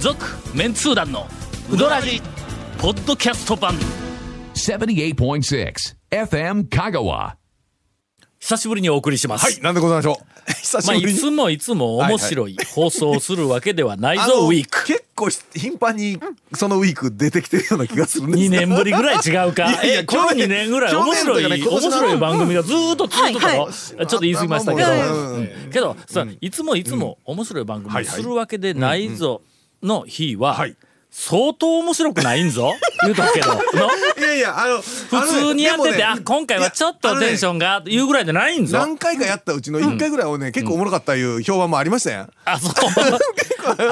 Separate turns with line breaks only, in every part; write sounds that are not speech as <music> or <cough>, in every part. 続メンツー団のウドラジポッドキャスト版
78.6 FM Kagawa.
久しぶりにお送りします、
はい、なんでございましょう。久し
まあ、
ぶり
い
に。
つもいつも面白い放送をするわけではない
<laughs> あ
ぞ
の
ウィーク
結構し頻繁にそのウィーク出てきてるような気がするんです
2年ぶりぐらい違うか
<laughs> いやいや
えこの
去年
2年ぐらい
去
面
年とか
白
ね
い、
今
面
年の
白い番組がずーっと続いてた
はい
の、
は
ちょっと言い過ぎましたけど、
頭もううん
けどさ、いつもいつも面白い番組をするわけでないぞの日は、
はい
相当面白くないん
<laughs>
ぞ言うたけどの
いやいや、あの、
普通にやってて、あ今回はちょっとテンショ
ン。
ンが言うぐらいじゃないんぞ
何回かやったうちの一回ぐらいをね、結構おもろかったいう評判もありましたやん。
あ、そう。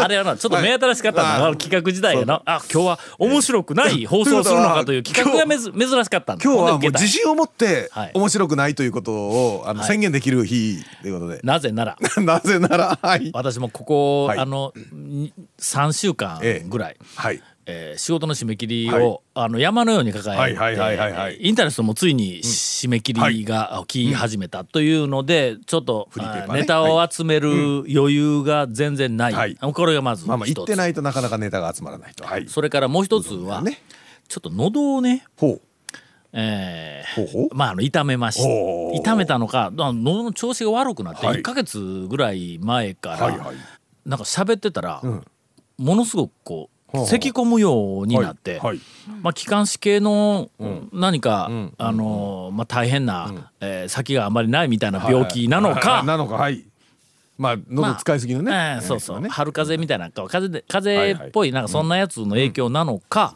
あれはな、ちょっと目新しかったんだ、
はい
あの企画時代やな。あ、今日は面白くない放送をするのかという企画がめず珍しかったんだ。
今日は
ほんで受
もう
けた
自信を持って
はい
面白くないということをあの宣言できる日ということで。
なぜなら、
<laughs> なぜなら、はい。
私もここ、
はい
あの、に3週間
ええ
ぐらい。
はい。
えー仕事の締め切り
はい
を、あの山のように抱えて、
はいはいはいはいはい
えーインターネットもついに締め切りが起き始めたというので、ちょっと、
フリーペーパー
あ
ね
ネタを集める余裕が全然ない、
はい
これがまず一つ、
まあまあ言ってないとなかなかネタが集まらないと。はい。
それからもう一つは、
ね
ちょっと喉をね、
ほう。
えー
ほうほう
まあ、あの痛めまし
おー
痛めたのかあの喉の調子が悪くなって
はい
1ヶ月ぐらい前から、
はいはい。
なんか喋ってたら、
ん
ものすごくこう
ほうほう
咳込むようになって、
はいはい
まあ、気管支系の何か、
ん
あのーまあ、大変な、えー先があまりないみたいな病気なのか、
はいなのか、はい。まあ、
まあ
喉使いすぎのね。
ええそうそう、
ね
春風邪みたいな風邪で風邪っぽいなんかそんなやつの影響なのか、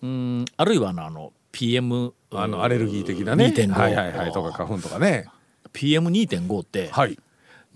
うん、あるいはあのあの PM
あのアレルギー的なね。
2.5
はいはいはい。とか花粉とかね。
PM2.5 って、
はい。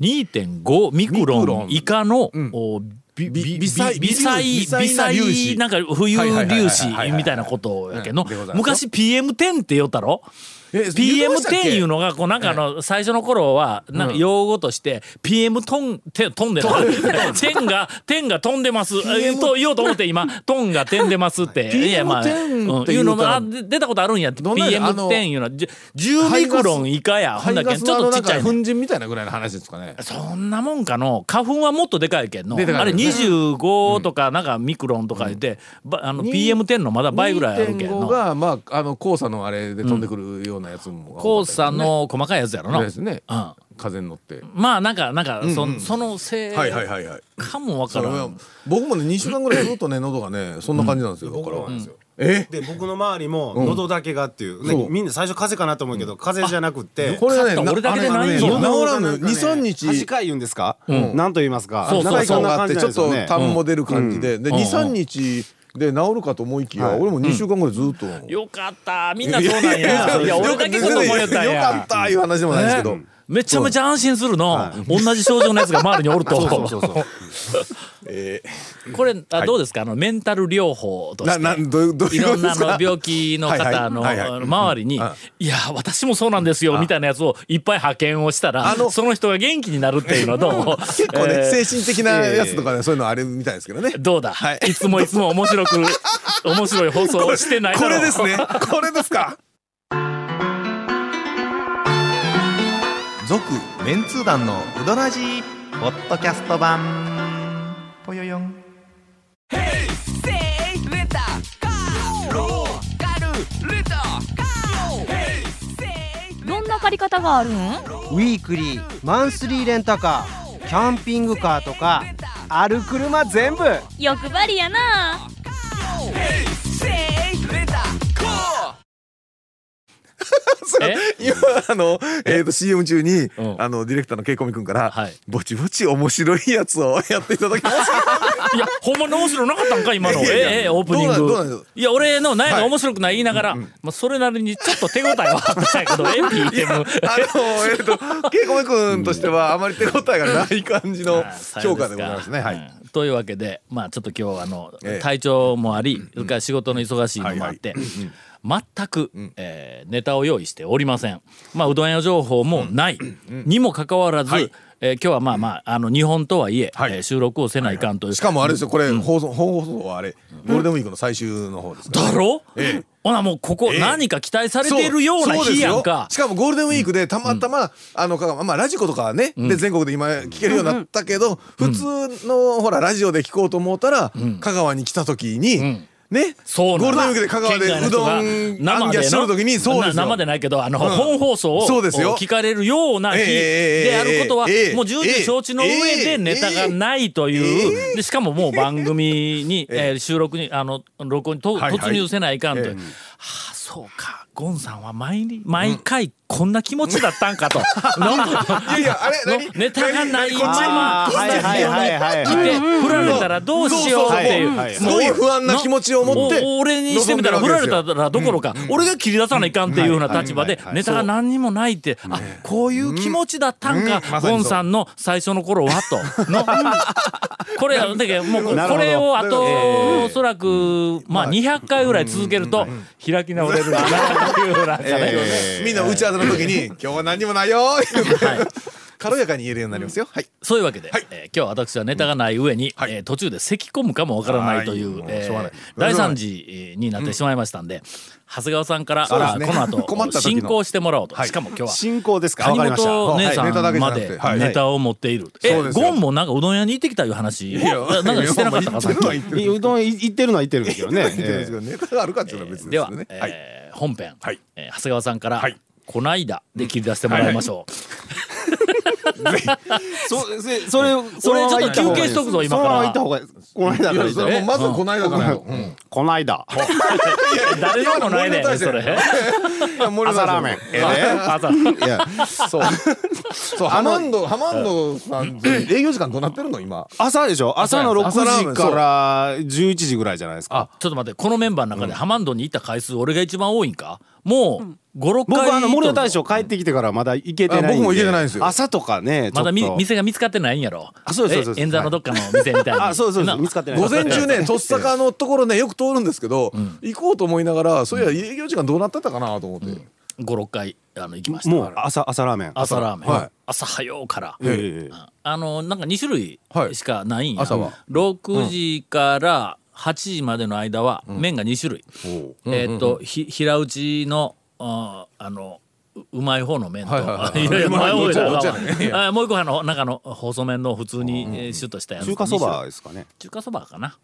2.5ミク
ミク
ロ
ロ
ン
ン
以下の、
ん
おび
び
び
微細
微細
微細
微細
微細な粒子
なんか浮遊
はいはいはいはい
粒子
はいはい
みたいなことやけ
う
ど
んでございます
昔
よ
PM10 って言おったろ
<laughs> え
PM10 いう
の
のがこうなんかあの最初の頃はなんか用語として PM トンて飛んでる <laughs> 天が天が飛んでますえーと言おうと思って今トンが飛んでますって
<laughs>
いやまあ
PM10
う
っ
ん
て
い
言
う
う
の
た
も
ら
あで出たことあるんやって
どんなやあ
PM10
の
いうのはじゅ10ミクロン以下やほんだけんちょっとちっちゃいね
粉塵みたいなぐらいの話ですかね。
そんなもんかの花粉はもっとでかいけんの、
でかい
あれ
ですね
25とかなんかミクロンとか言って、ばあの PM10 のまだ倍ぐらいあるけん
2.5
の
がまああの黄砂のあれで飛んでくるようなやつも。
黄砂の細かいやつやろ
ぐ
な、
らいですね。
うん
風に乗って。
まあなんかなんかそ,、そのせい
はいはい。
かもわか
それ
らん、
は僕もね2週間ぐらいずっとね喉がねそんな感じなんですよ。だから。え？
で僕の周りも喉だけがっていう、ね
そう
みんな最初風邪かなと思うけど、風邪じゃなくって
これ
買っ
ね
た俺だけでないんや
あのね
喉
治
が
ら
な
ぬ
んかね
23日。
8回言うんですか、なんと言いますか
そうそう
長い
そう
間があってちょっと
多
痰も出る感じで、で
うん
23日で治るかと思いきや、
はい
俺も2週間ぐらいずっと、
よかったみんなそうなん
<laughs>
やいや俺だけかと思いよったん
よか
や
っ。たいう話でもないですけど、
めちゃめちゃ安心するの、同じ症状のやつが周りにおる
<laughs>
とこれあどうですかあのメンタル療法として
ななどういうどう
い
いうこ
ろ
と
ん
で
な
す
の
か
病気の方の
はいはいはいはい
あの周りに
うんうん
「いや私もそうなんですよ」みたいなやつをいっぱい派遣をしたら
あの
その人が元気になるっていうのはどう
<laughs> 結構ね、
えー
精神的なやつとかねそういうのあれみたいですけどね
どうだ、
はい
い、つもいつも面白
<laughs>
く面白い放送をしてないだ
こ
ろう
れですねこれですか
続メンツー団のウドラジーポッドキャスト版ぽよよん
どんな借り方があるん
ウィークリーマンスリーレンタカーキャンピングカーとかある車全部
欲張りやな
え
今あの、えー、と CM 中に、
うん
あのディレクターのけいこみくんから、
はい
ぼちぼち面白いやつをやっていただき
<laughs>
ました
いやほんまに面白なかったんか今のえ
いやいや
えええオープニン
どうなんどうなんで
グ
す
いや俺の悩み
はい
面白くない言いながら、まあ、それなりにちょっと手応えはあったんやけど
<laughs>
MPM
あの、えっ、と、けいこめくんとしては、あまり手応えがない感じの評価でございますね。は
うん
い。
というわけで、まあ、ちょっと今日はあの、
ええ
体調もあり、それから仕事の忙しいのもあって、全く、えーネタを用意しておりません。まあ、うどん屋情報もない、にもかかわらず、
はい
えー今日はまあまあ、あの、日本とはいえ、
はい
えー収録をせないかんという。
しかもあれですよ、これ、放送、本放送はあれ、ゴールデンウィークの最終の方ですね。
だろ、
ええ
ほなもうここ
ええ
何か期待されてるような
そうそうです
日や
よ
んか
しかもゴールデンウィークでたまたま、あの、かまあ、ラジコとかはね、で、全国で今聞けるようになったけど、普通の、ほら、ラジオで聞こうと思ったら、香川に来た時に、
ん
ね、
そう
ゴ
な
ー
ん
ルデンウィークで香川で
県外の
う
人
ど
が
ん、あん
生
ぎゃ
で
しとる時に、そうで
な
すよ。
生でないけどあの、
うん
本放送を
そうですよ
聞かれるような日
ええええええ
であることは、
ええ
もう重々承知の上
ええ
でネタがないという、でしかももう番組
<laughs>
に、えー収録にあの録音にと、
はいはい
突入せないかんという、
ええ
ああそうかゴンさんは毎日毎回こんな気持ちだったん
<laughs>
かと。の
いやいや、あれ、何
のネタがない
何
まま
あーはいはいはいはい
来て振られたらどうしようっていう
そうそうそう
はい
すごい不安な気持ちを持って
お俺にしてみたら振られたらどころか俺が切り出さないかんっていうような立場で
はいはいはい
ネタが何にもないってあこういう気持ちだったん
うんま
か
さにそう
ゴンさんの最初の頃は
<laughs>
とのこれだけどもうこ
なるほど
れをあ
え
と
え
おそらくまあ200回ぐらい続けると開き直れるかなっていうような
ええみんな打ち合わせの時に、今日は何にもないよー
はい
軽やかに言えるようになりますよ。はい。
そういうわけで、
はい
えー今日私はネタがない上に、
はい
えー途中で咳き込むかもわからないという
はいもう
え
しょうがない
ー大惨事えーになってしまいましたんで、長谷川さんから、
そうで
あ
すね
この
困った
後
時の
進行してもらおうと、
はい
しかも今日は
進行ですかわか
谷
りました
本姉さ
はいネタだ
ん
けじゃ
ま
なくて
で
はい
ネタを持っている、
そう
え
ですよ
ゴンもなんかうどん屋に行ってきたいう話ななんかしてなかったかさっ
言ってるは
き
言ってる
いやうどんい行ってるのは行ってるんですけどね
<laughs> 言ってるんですけど、ネタがあるかっていうのは別です
では
よ、ね。はい。
えー本編、
はい
えー長谷川さんから、
はい
こないだで切り出してもらいましょう、
そ
<laughs>
そそれそれは
俺ちょっと休憩しとくぞ今から
そのまま行った方がいいですこの間
い
から
やそれもまずこの間からよ。うん
この間
誰でもないで
今の
それ
朝
ラーメン
ええ
朝
ね。いや、そう。 <laughs> そう、ハマンド、ハマンドさん、営業時間どうなってるの今。
朝でしょ朝の6
朝ラーメン
時から11時ぐらいじゃないですか
ちょっと待ってこのメンバーの中でハマンドに行った回数俺が一番多いんかもう56回
僕あの森の大
将
将帰ってきてからまだ行けてないんで
あ僕も行けてないんですよ
朝とかね
まだみ
ちょっと
店が見つかってないんやろ
あそうですそうです
え演座のどっかの店みたいな
あそうそうそ
な
う見つかってない
午前中ね、とっさかのところね、よく通るんですけど、行こうと思いながら、そういや、営業時間どうなってたかなと思って。
56回あの行きました
もう朝朝ラーメン
朝ラーメン、
はい
朝早うから、
ええええ
あのなんか2種
は
類
い
しかないんや、
朝は
6時から8時までの間は麺が2種類、えーっと、ひ平打ちのあーあのううまい方の麺と、
はいはいはい
いやいやうまい方じゃ
どっちや
な
ど
い
っちやねんいや
あーもう一個あの中の細麺の普通に、えーシュッとしたやつ
中華そばですかね
中華そばかな、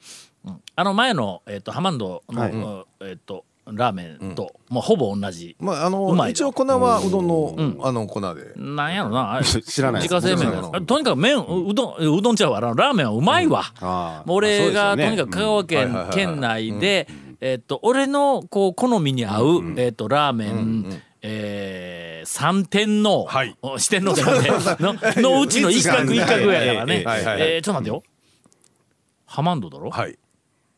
うん、あの前の、えー、とハマンドの、
はい
うんえー、とラーメンと、もうほぼ同じ、
まあ、あ
うま
の、
いな
一応粉はうどんの、あの、粉で。
なんやろなあれ
知らないで
自
す
家製麺
知らな
あ
い
とにかく麺ううどんうどんちゃうわあのラーメンはうまいわ、
あー
もう俺
そ
が
うで
と
すよ
にか
ね
く香川
うん
県
はいはいはいはい
県内で、えっと俺のこう好みに合う、えっとラーメン、えー三天王、
はい
お四天王じゃなくて <laughs> ののうちの一角一角やからね、
ええはいはいはい
えーちょっと待ってよハマンドだろ、い、
はい。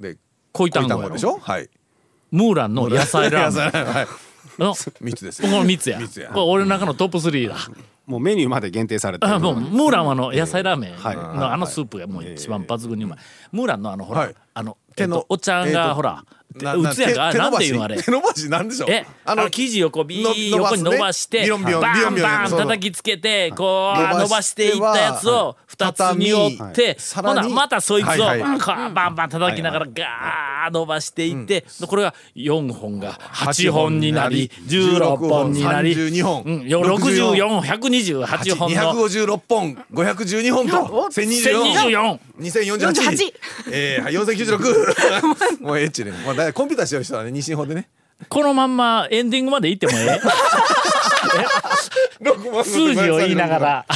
で、
コイタ
こ
ン
いた
ゴ
ん
や
ご
ろ
でしょはい。
ムーランの野菜ラーメン
<laughs> 野菜はい。
の
三つです
こ
よ。
の3つや
三つや
これ俺の中のトップ3だ
もうメニューまで限定されてる
あもうムーランはあの野菜ラーメン
はい
のあのスープがもう一番抜群にうまい、ムーランのあのほら、
はい
あの
手の
えっとおっちゃん
えっ
が
と
ほら
な
打つやんかあれ
手手伸
なん
ば
て
し
いうのあれ
手伸ばしなんでしょう
えあ
あ
の
の
生地をこうビーン
の
横に伸
伸
ば
ば
し、
してて
バ
ビヨンビヨンビヨ
ン
ンビヨン
バン
そうそう
叩きつけてこう
伸ばして
伸ばして
は
いったやつを2つに折っ
は
て
い、さ
ほ
らに
なまたそいつを、
はいはい
こうバンバン叩きながらガーッ伸ばしていって、これが4本が8本になり16本になり
32本
うん、64128本の
256本512本と1024
1024
2048えーはい4096もうエッチねまあだいコンピューターしてる人はね二進法でね
このまんまエンディングまでいっても
<laughs>
え
6万
え数字を言いながら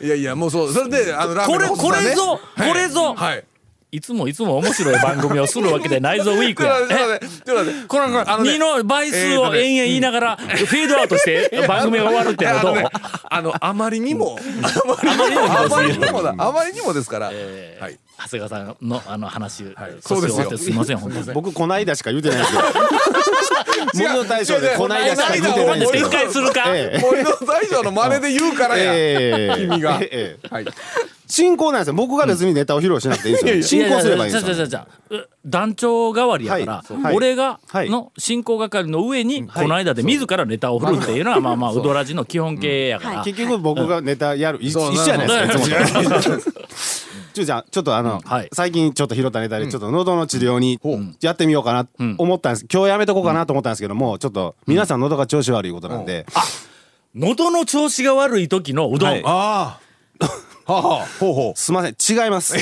いやいやもうそうそれであのラーメンの
これこれぞ
はい
これぞ
はい
いつもいつも面白い番組をするわけで内臓ウィー
ち
ク
ょっ
や
と待って
え
ちょっと待ってこれこれ <laughs> あのね
2の倍数を延々言いながらフェードアウトして番組が終わるってのはどう
いや <laughs> あのねあのあまりにもあまりにもあまりにもだあまりにもですからはい
長谷川さんのあの話
そうです
腰を折
よ
ってすいません本当に。
僕こないだしか言うてないですけど森の大将でこないだしか言うてないんですけ
展
ど
こない
開
だ
するか、
ええ
森の大将の真似で言うからや
ええ
君が
ええ
はい
進行なんですよ僕が別にネタを披露しなくていいんですよ進行すればいいんです
や
よ
ややじゃあじゃあじゃあう団長代わりや
は
か
いそ
ら、
うはい
俺が
はい
の進行係の上に、
はい
この間で自らネタを振るっていうのはまあまあうどらじの基本形やから、
はい
結局僕がネタやる一
そう
一緒やないですかいつもと
そう
<laughs> ちゅうちゃんちょっとあの、
はい
最近ちょっと拾ったネタでちょっと喉の治療にやってみようかな
うん
思ったんです今日やめとこうかなと思ったんですけどもちょっと皆さん喉が調子悪いことなんで、
喉の調子が悪い時のうどん、
はい
ああ。はあはあ。ほうほう。
すみません違います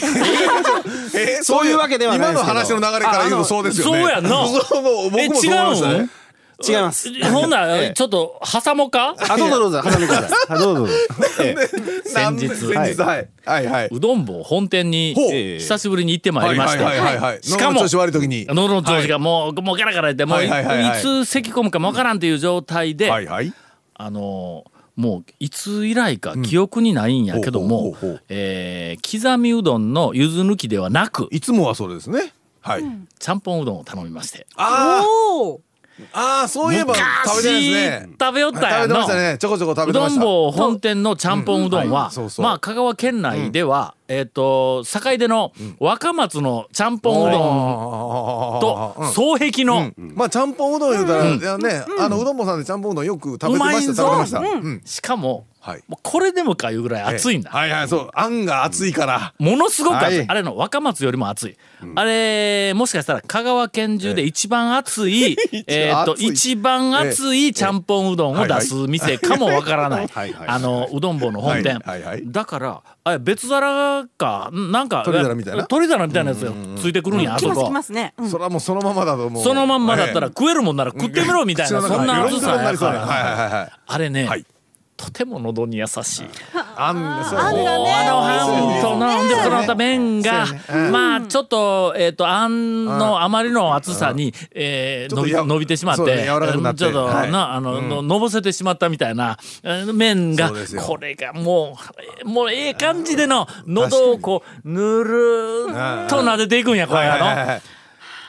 えー
そういうわけではないですけど
今の話の流れから言うとそうですよね。
ああのそうやんな
僕も僕も
え違
そう思いましたね
うん
違います
ほんな
<laughs>
え
ら
え
ちょっと挟もうか
あどうぞどうぞ挟んでくださいあどうぞどうぞ、 <laughs> え
なん
先日
先日はいはいはいう
どん坊本店に
ほう
久しぶりに行ってまいりまして
はいはいはいはいはい
しかも
喉の調子悪い時に
喉の調子がもうもうガラガラ言ってもう
はい
い
はいはいはい
つ咳き込むかもわからんという状態で
はいはい
あのもういつ以来か記憶にないんやけど
ほう
も
ほうほうほう
えー刻みうどんのゆず抜きではなく
いつもはそうですね。はい。
ちゃんぽんうどんを頼みまして
あ
おお
ーあーそういえば食べてないですね。
食べよった
食
や
べて
の
ましたね。ちょこちょこ食
う
べて
ど
まし
ん
た。
坊本店のちゃんぽんうどん
うんは
はい
そうそう
まあ香川県内ではえっと境出の若松のちゃんぽんうどんと
と
双璧の
まあちゃんぽんうどん言うたら、いやね、あのうどん坊さんでちゃんぽんうどんよく食べてま
うまい
した
ぞ
食べてました、うん
しかも
はい
もうこれでもかいうぐらい熱いんだ、
はいはいそうあんが熱いから、
ものすごく暑い、
はい
あれの若松よりも暑い、あれもしかしたら香川県中で一番暑
<laughs>
い、えーっと
一番
一番
暑い
暑いちゃんぽんうどんを出す店かもわから
<laughs>
ない
はいはい
あのうどん坊の本店、
はいはいはい
だからあれ別皿かんなんか
鳥皿みたいな
鳥皿みたいなやつがついてくるんや、あ
き
そ
ます
こ
きますね、うん
それはもうそのままだと思う
そのまんまだったら
え
食えるもんなら食ってみろみた
え
いな、
口の
そ
中
んな暑さ
にな
や
りそう
か
なはい
ら
はいはい
あれね、
はい
とても喉に優しい。
あんそう
もうあの半となんでこのまた麺が、まあちょっとえっ、とあんのあまりの厚さに、えー
ち
伸
ょっと
び
や
伸びてしまって
そうね柔らかくなって
ちょっと、
はい
なあの、ののぼせてしまったみたいなえー麺が
そうですよ
これがもうもうええ感じでの喉をこうぬるーっと撫でていくんやこれ
はいはい
あ
はい
の
はい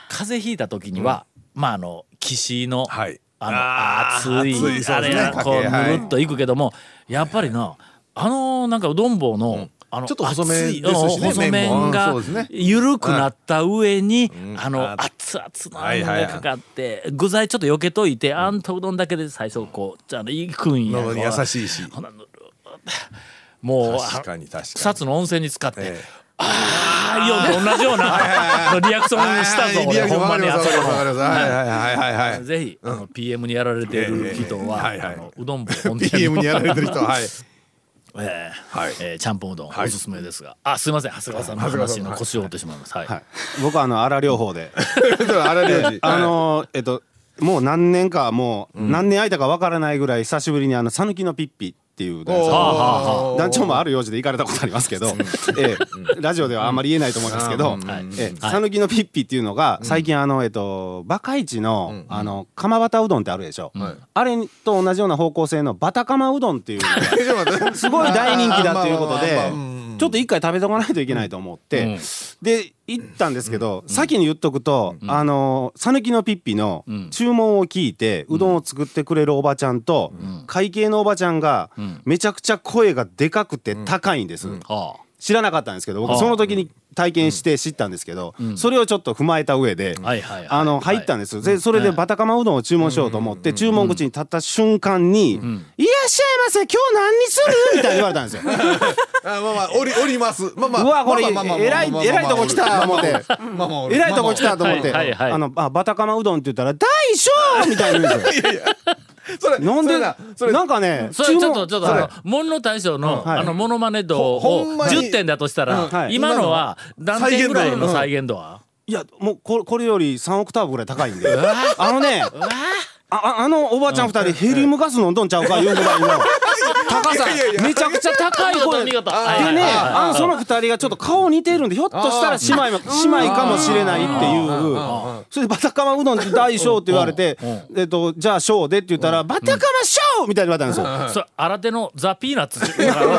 風邪ひいた時には、まああの岸の、
はい
あ
あ
の
ー
熱い
熱いそ
あ
うです
れ
ね
がこう
かけはい
ぬるっといくけども、やっぱりなあのなんかうどん坊の、あの
ちょっと細め
熱い
ですしね
うん細
麺もう
麺
ん
が
そうですね
緩くなった上に、あの
あ
熱々のあんがかかって、具材ちょっと避けといてあんとうどんだけで最初こうじゃあねいくんや
喉に優しいし
ほなぬるもうあ
確かに確かに
草津の温泉に使って、
ええ
ああよ同じようなリアクションしたぞ
はいはいはいリア
俺
クション
ほんまに
わ
あ
か
そ
り
こ
ますわかりますはいはいはいはいはい
ぜひ、あの PM にやられている人は、
ええええはいはい
あのうどん坊本店
PM
の
にやられてる人ははい
<laughs> えー
はい
えーちゃんぽんうどん、
はい
おすすめですがあすいません長谷川さんの話の腰を折ってしまいますはい、
はい、僕はあの荒療法で
あれで
あのーえっともう何年かもう何年空いたかわからないぐらい久しぶりにあの讃岐のピッピっていううどん屋さん
はあはあはあ
団長もある用事で行かれたことありますけど、ええ、ラジオではあんまり言えないと思いますけど
んはい
ええ
はい
讃岐、のピッピっていうのが最近あの、えっと、バカイチの,、あの釜バタうどんってあるでしょ、あれと同じような方向性のバタ釜うどんっていうのがすごい大人気だということで
まあまあまあまあうん
ちょっと一回食べとかないといけないと思っ
う
て、
ん
で行ったんですけど、先に言っとくと、あの讃岐のピッピの注文を聞いて、うどんを作ってくれるおばちゃんと、会計のおばちゃんが、めちゃくちゃ声がでかくて高いんです、
は
知らなかったんですけど
あ
僕その時に体験して知ったんですけど、それをちょっと踏まえた上で、
はいはいはい
あの入ったんです、でそれでバタカマうどんを注文しようと思って、注文口に立った瞬間に「いらっしゃいませ今日何にする?」みたいに言われたんですよ。
あまあまあおりおりますまあまあ
うわこれ
まあまあまあまあ
えらい
まあまあまあ
えらいとこ来た思って
まあまあ
えらいとこ来たと思って「
はいはいはい
あのあバタカマうどん」って言ったら「大将!」みたいに言うんですよ。
それ
なん
そ
で
れだそれ
なんかね
いそれちょっとちょっと
そ
あ
れ
の物の大将の、
はい
あのモノマネ度
ほほ
を
んまに
10点だとしたら、
うんはい
今のは何点ぐらいの
再
再現度は、
いやもうここれより3オクターブぐらい高いんであのねあああのおばちゃん2人ヘリウムガス飲んどんちゃうかいうぐらいの高さ
いやいやいや
めちゃくちゃ高い声
見
で
事見事はいはい
ね
はい
あのその2人がちょっと顔似てるんでひょっとしたら姉妹も姉妹かもしれないっていうそれで「バタカマうどん大将」って言われて「えっとじゃあ小で」って言ったら「バタカマ小!」みたいに言われたんですよ。
それ新手のザ・ピーナッツ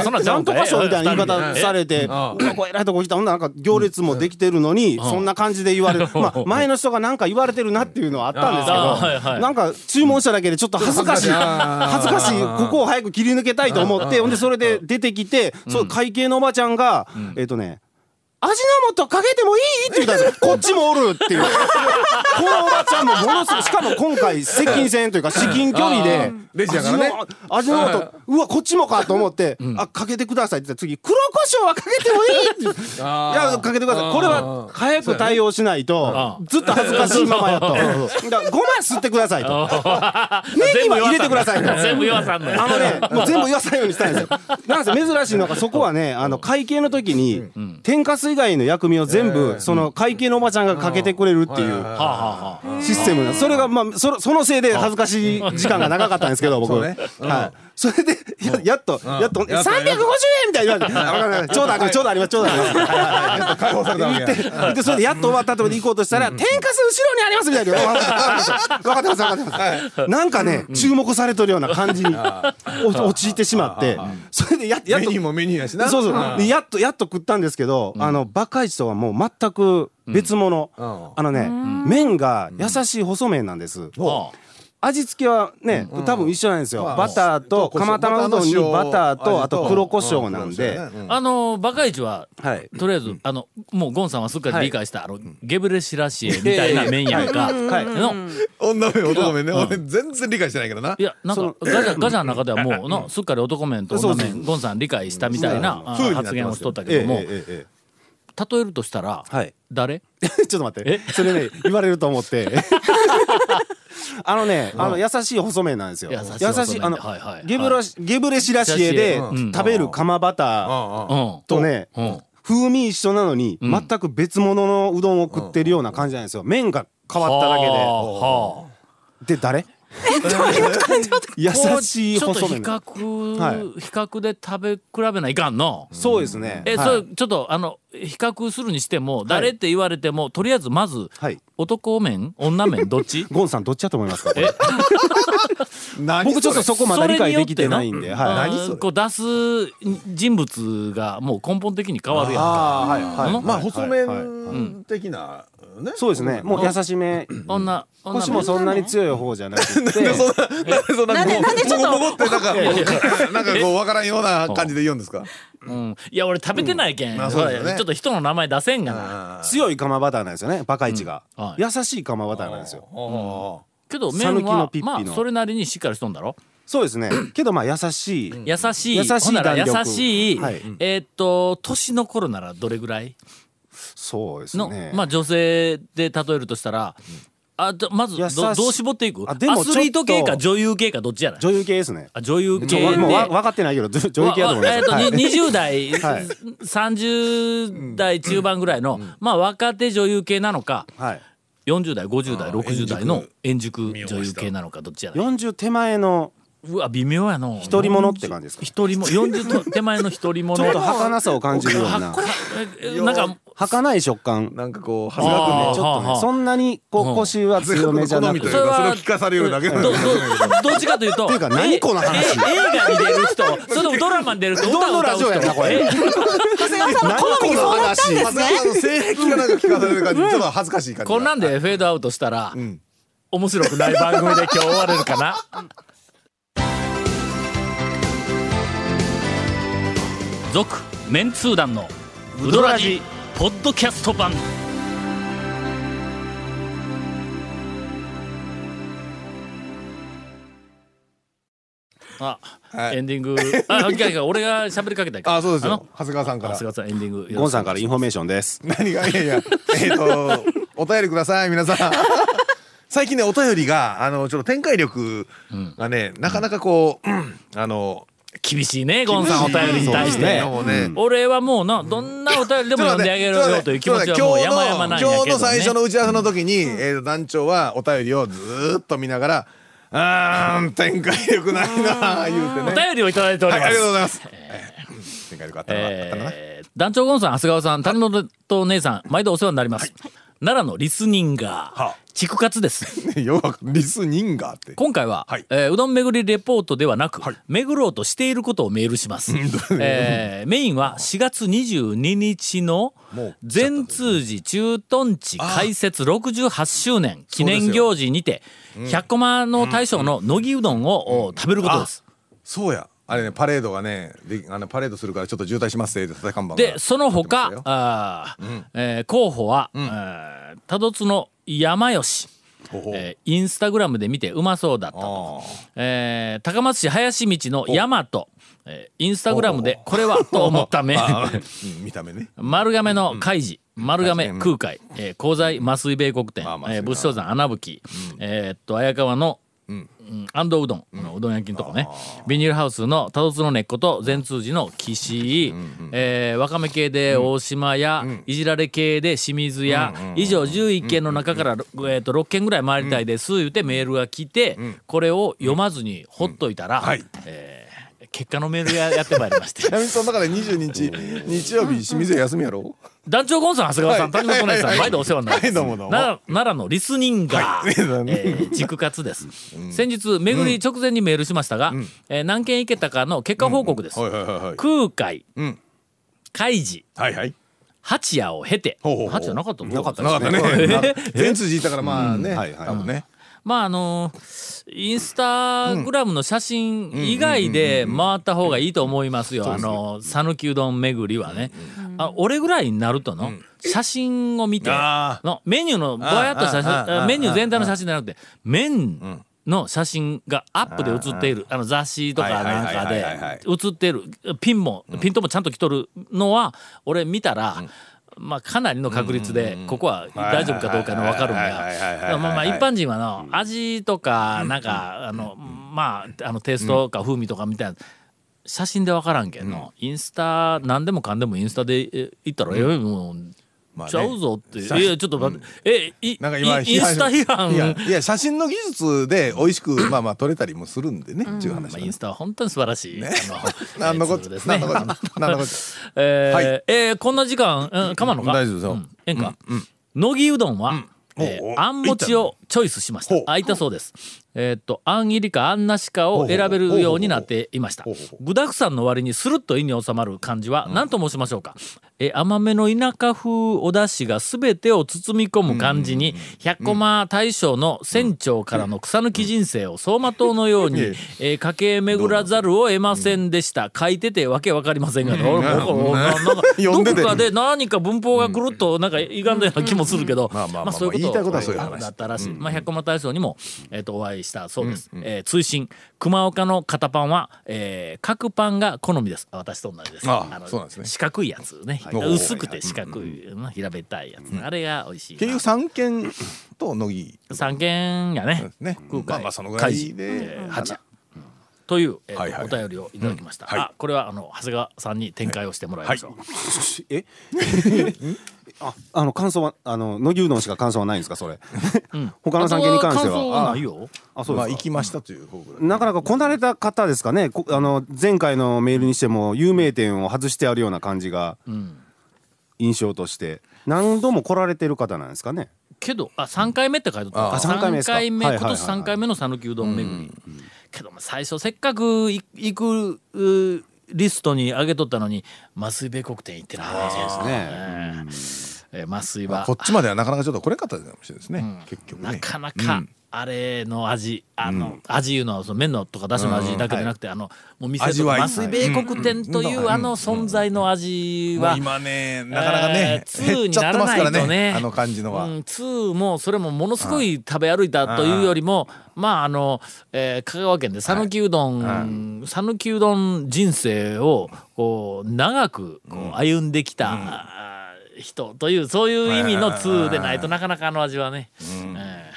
そんなちゃ
な
うん
とか賞みたいな言い方
<laughs>
さ
れ
れて、うわ、こう偉いとこ来た、ほんならなんか行列もできてるのに、そんな感じで言われる。まあ、前の人がなんか言われてるなっていうのはあったんですけ
あーはいは
ど、
い
なんか注文しただけでちょっと恥ずかしい。恥ずかしい。ここを早く切り抜けたいと思って、ほんでそれで出てきて、そう会計のおばちゃんが、えっとね、味の素かけてもいいって言ったんですよ。こっちもおるっていう。このおばちゃんもものすごい、しかも今回、接近戦というか、至近距離で、
レジやからね
味の味の素、うわ、こっちもかと思って、あ、かけてくださいって言ったら次、黒胡椒はかけてもいい <laughs> って言って。いや、かけてください。これは早く対応しないと、ずっと恥ずかしいままやと。だから、ごま吸ってくださいと。ネギは入れてくださいと。
全部言わさんの
あ
よ
のね、もう全部言わさないようにしたんですよ。なんせ珍しいのが、そこはね、あの会計の時に、天かす以外の薬味を全部、その会計のおばちゃんがかけてくれるっていう
はあはあはあ
システムなんですそれが、まあ、そのそのせいで恥ずかしい時間が長かったんですけど、僕。
そう
は
ね
い。それで、ややっと、やっと、350円みたいな言われて、 <laughs> あわかんないちょうどあります、ちょうどあります、ちょうどあります。はいはい
解放されたわけや。
で、それでやっと終わったとこで行こうとしたら、天かす後ろにありますみたいな。わかってます、わかってます。なんかね、注目されとるような感じにお陥ってしまって、それでややっ
メ
と
ニュー、もメニューやしな。
そうそう、でやっと、やっと食ったんですけど、あの、バカイチとはもう全く別物。
ん
あのね、麺が優しい細麺なんです。
は
味付けはね、多分一緒なんですよ。
まあ
バター
そ
と、
う
釜玉うどんに
胡椒
バター
バターの
と、
塩
あと黒胡椒なんで、
うん黒胡椒やね
ああのバカイチは
はい。
とりあえずあのもうゴンさんはすっかり理解したあのゲブレシラシエみたいな麺やんか
はい
の
女麺男麺ね。俺全然理解してないけどな
い。やなん
そ
か
の
ガジャガジャの中では
<laughs>
もうのすっかり男麺と女
そうそ
麺ゴンさん理解したみたいなあ
風になってま
発
すよ
言をしとった
え
け
え
ども
ええええ
例えるとしたら
はい。 <laughs>
誰
ちょっと待って。それね、言われると思って。あのね、あの優しい細麺なんですよ。
優しい細麺
あの、
はいはい
ゲブラシゲブレシラシエで
うん
食べる釜バター
あ
う
あ
ん
とね、
うん
風味一緒なのに、全く別物のうどんを食ってるような感じなんですよ。麺が変わっただ
はあはあ
けで。で、誰優しい
ちょっと
細
比
麺。
較、
はい
比較で食べ比べないかんの。
そうですね。
え、
はい
それちょっとあの比較するにしても、誰って言われてもとりあえずまず、
はい
男面女面どっち
ゴンさんどっちだと思いますかこれ
え
何
僕ちょっと
そ
そこまで理解できてないん
それに
で。
よって
はい。
何それ
こう出す人物がもう根本的に変わるやんか。
あーはいはい。
まあ細
はいはい
麺的なね。
そうですね。もう優しめ。
女女
腰もそんなに強い方じゃなくて。
なん <laughs> でそんな
なんでなんでちょっと
もごもごってなんかなんかこうわからんような感じで言うんですか。
うん、いや俺食べてないけん、
んまあそうだよね
ちょっと人の名前出せんがな。
強い釜バターなんですよね。バカイチが
うんは。い
優しい釜バターなんですよ。
あ
けど
讃
麺
岐の
は
ピッピ
ま
の
あそれなりにしっかりしとんだろ。
そうですね。けどまあ優しい。
優しい
優しい弾力
ほんなら優しい、
はい
えーっと年の頃ならどれぐらい
そうです
の、
ね。
まあ女性で例えるとしたら、あとまず
優
ど
しい
どう絞っていく
あ
ア
でもちょっと
スリート系か女優系かどっちやない
女優系ですね。
あ女優
ち
系
ょ
で
わもうわ分かってないけど、女女優系だと思いま
わ
す。
わえー
は
っと
い
に20代、
<laughs> はい
30代中盤ぐらいの、まあ若手女優系なのか
はい。
40代50代60代の円熟女優系なのかどっちやない
四十手前の
うわ微妙やの
独り者って感じですか。ち
一人も40と手前の一人も
ょっと儚さを感じるような。
なんか
儚い食
あ
感。
なんかこう
ち
恥ずか
あ
ょ
ー
っと
はあは
ね、
あ
そんなにこ
う
うん腰は強めじゃな
好み
く
と
て
いうか。それを聞かされるだけ
どどどっちかというと
ていうか何この話
え映画に出る人それともドラマに出る人
どの
歌
ラ
を
ジ
歌う
オや
人
なこれ。
長谷川さんの好みにそうなったんで
しい。
す
まあ
ね
の性癖がなんか聞かされる感じちょっと恥ずかしい感じが。
こんなんでフェードアウトしたら、
ん
面白くない番組で今日終われるかな続メンツー団のウドラジポッドキャスト版あ、
はい
エンディングあいやいや俺が喋りかけたいから
あそうです
あの
よ。長谷川さんか
長谷。川
ら
さんエンディングよろしく
ゴンさんからインフォメーションです。
何がいやいやえっとお便りください皆さん。最近ねお便りがあのちょっと展開力がねなかなかこううんあの
厳しいねゴンさんお便りに対し
そうです
て
ねもうね。
俺はもうなどんなお便りでも読んであげろよという気持ちはもう山々なんやけど、ね、
今日の最初の打ち合わせの時に、えー団長はお便りをずーっと見ながら「あーん展開力ないな」言うて
お
ね。
便りをいただいており
はい、あ
ま
りがとう
す
ございます。展開力あったな。あったな
えー団長ゴンさん長谷川さん谷本とお姉さん毎度お世話になります、奈良のリスニンガー畜活です
ねよくわかんリスニンガーって。
今回は、
はい
えーうどん巡りレポートではなく、巡ろうとしていることをメールします、えーメインは4月22日の全通寺駐屯地開設68周年記念行事にて100コマの大将の乃木うどんを食べることです
そうや。あれねパレードがねであのパレードするからちょっと渋滞しますって立て看板が
でその
立って
他
ましたよ
あー、えー候補は、えー多度津の山吉、
ほほ
えーインスタグラムで見てうまそうだったと
あ
えー高松市林道の大和、えーインスタグラムでこれはと思った
<laughs>
目
ああうん見た目ね
丸亀の海事、丸亀
うん
空海、えー、鉱材麻酔米国店、
まあ麻酔
えー仏頂山穴吹き、えーっと綾川の、うん
ん
安藤うどん、このうどん焼きのとこねビニールハウスの多度津の根っこと善通寺の岸井、えーわかめ系で大島屋、いじられ系で清水屋、以上11件の中から、えーっと6件ぐらい回りたいです、言うてメールが来て、これを読まずにほっといたら、
はい
えー結果のメールがやってまいりまして
ちなみにその中で22日日曜日清水屋休みやろ
団長ゴンさん長谷川さん
は
田
い
島隣さ
は
ん
い
毎度お世話になります、
はいどうもどうも
奈良奈良のリスニンガー、
はいそうだね
えー軸活です、先日巡り直前にメールしましたが、えー何件行けたかの結果報告です、
はいはいはいはい
空海、
ん
開示
はいはい
八夜を経て
ほうほうほう
八夜なかったもんなかっ
なかったね全通いたからまあね
はいはい
多分ね
まああのーインスタグラムの写真以外で回った方がいいと思いますよ、あのー讃岐うどん巡りはね、あ俺ぐらいになるとの、写真を見て
あ
のメニューのぼやっとした
あーあーあ
写
ー
メニュー全体の写真じゃなくて麺の写真がアップで写っているあの雑誌とかなんか
はいはいはいはいはい
で写っているピンもピントもちゃんと来とるのは俺見たら。まあかなりの確率でここは大丈夫かどうかの分かるん
はいはいはいはいはいはいはい
だよまあまあ一般人はの味とかなんかあのまああのテイストか風味とかみたいな写真で分からんけんのインスタ何でもかんでもインスタでえ行ったらええもう
まあね
ちゃうぞって、
さ
いやちょっと待って、えい
なんか今
いインスタ批判
いやいや写真の技術で美味しくまあまあ撮れたりもするんでねっていう話
まあ、
だ
イ
ね
ンスタは本当に素晴らしい、あ
なん <laughs> のこっ
ツー
ち
ルです
な
ね
んのこっちなんのこっち
<laughs> えー
はい
えーこんな時間、うん、かまんのか
大丈夫ですよ
うんええんか、乃木うどんは、え
おうお
ー
う
あんもちをチョイスしまし
ほう
た。あいたそうです。えーっと、あん入りかあんなしかを選べるようになっていました
ほうほうほ。
具沢山の割にスルッと胃に収まる感じは何と申しましょうか。えー甘めの田舎風お出汁が全てを包み込む感じに、百駒大将の船長からの草抜き人生を走馬灯のように、えー駆け巡らざるを得ませんでした。書いててわけわかりませんが、俺もこうななんか
<laughs> 読んでて
どこかで何か文法がくるっとなんか歪んだような気もするけど、
まあまあまあまあ
そういうこと
言いたいことはそういう話
だったらしい。まあ百駒大将にもえっとお会いしたそうです。えー追伸熊岡の型パンはえー角パンが好みです。あ私と同じです。
あ
の
そうなんですね
四角いやつね、
い
薄くて四角いうん平べったいやつ、あれが美味しいな。
結局三軒と乃木
三軒やね。
ね
空海
まあまあそのぐらい
開示
で
えー八夜という、えー
はいはい
お便りをいただきました。
うんはい
あ、これはあの長谷川さんに展開をしてもらいましょう。
えああの感想はあの乃木うどんしか感想はないんですかそれ、他の
あと
産件に関し
感
て
想は
は
ないよ。
ああそう
ま
です
あ
か
行きましたという方ぐらい
なかなかこなれた方ですかねこあの前回のメールにしても有名店を外してあるような感じが印象として何度も来られてる方なんですかね
けどあ3回目って書いてあった
あ三回目ですか
三目今
はいはいはい
年3回目の讃岐うどん巡り、けどまあ最初せっかくい行くうーリストに上げとったのに麻酔米国店行ってないですね、えー麻酔は
こっちまではなかなかちょっと来れんかったかもしれないですね結局ね
なかなか、あれの味あの、味いうのはその麺のとかだしの味だけじゃなくて、あのもう店
味
と
わい
か麻酔米国店という、あの存在の味は、
もう今ねなかなかね
えー
減っちゃってますか
通になら
ら
ないとね
ねあの感じの
う
は
ん、2もそれもものすごい食べ歩いたというよりも、まああの、えー香川県で讃岐うどん讃岐、うどん人生をこう長くこう歩んできた、あー人というそういう意味の2でないとなかなかあの味はね、え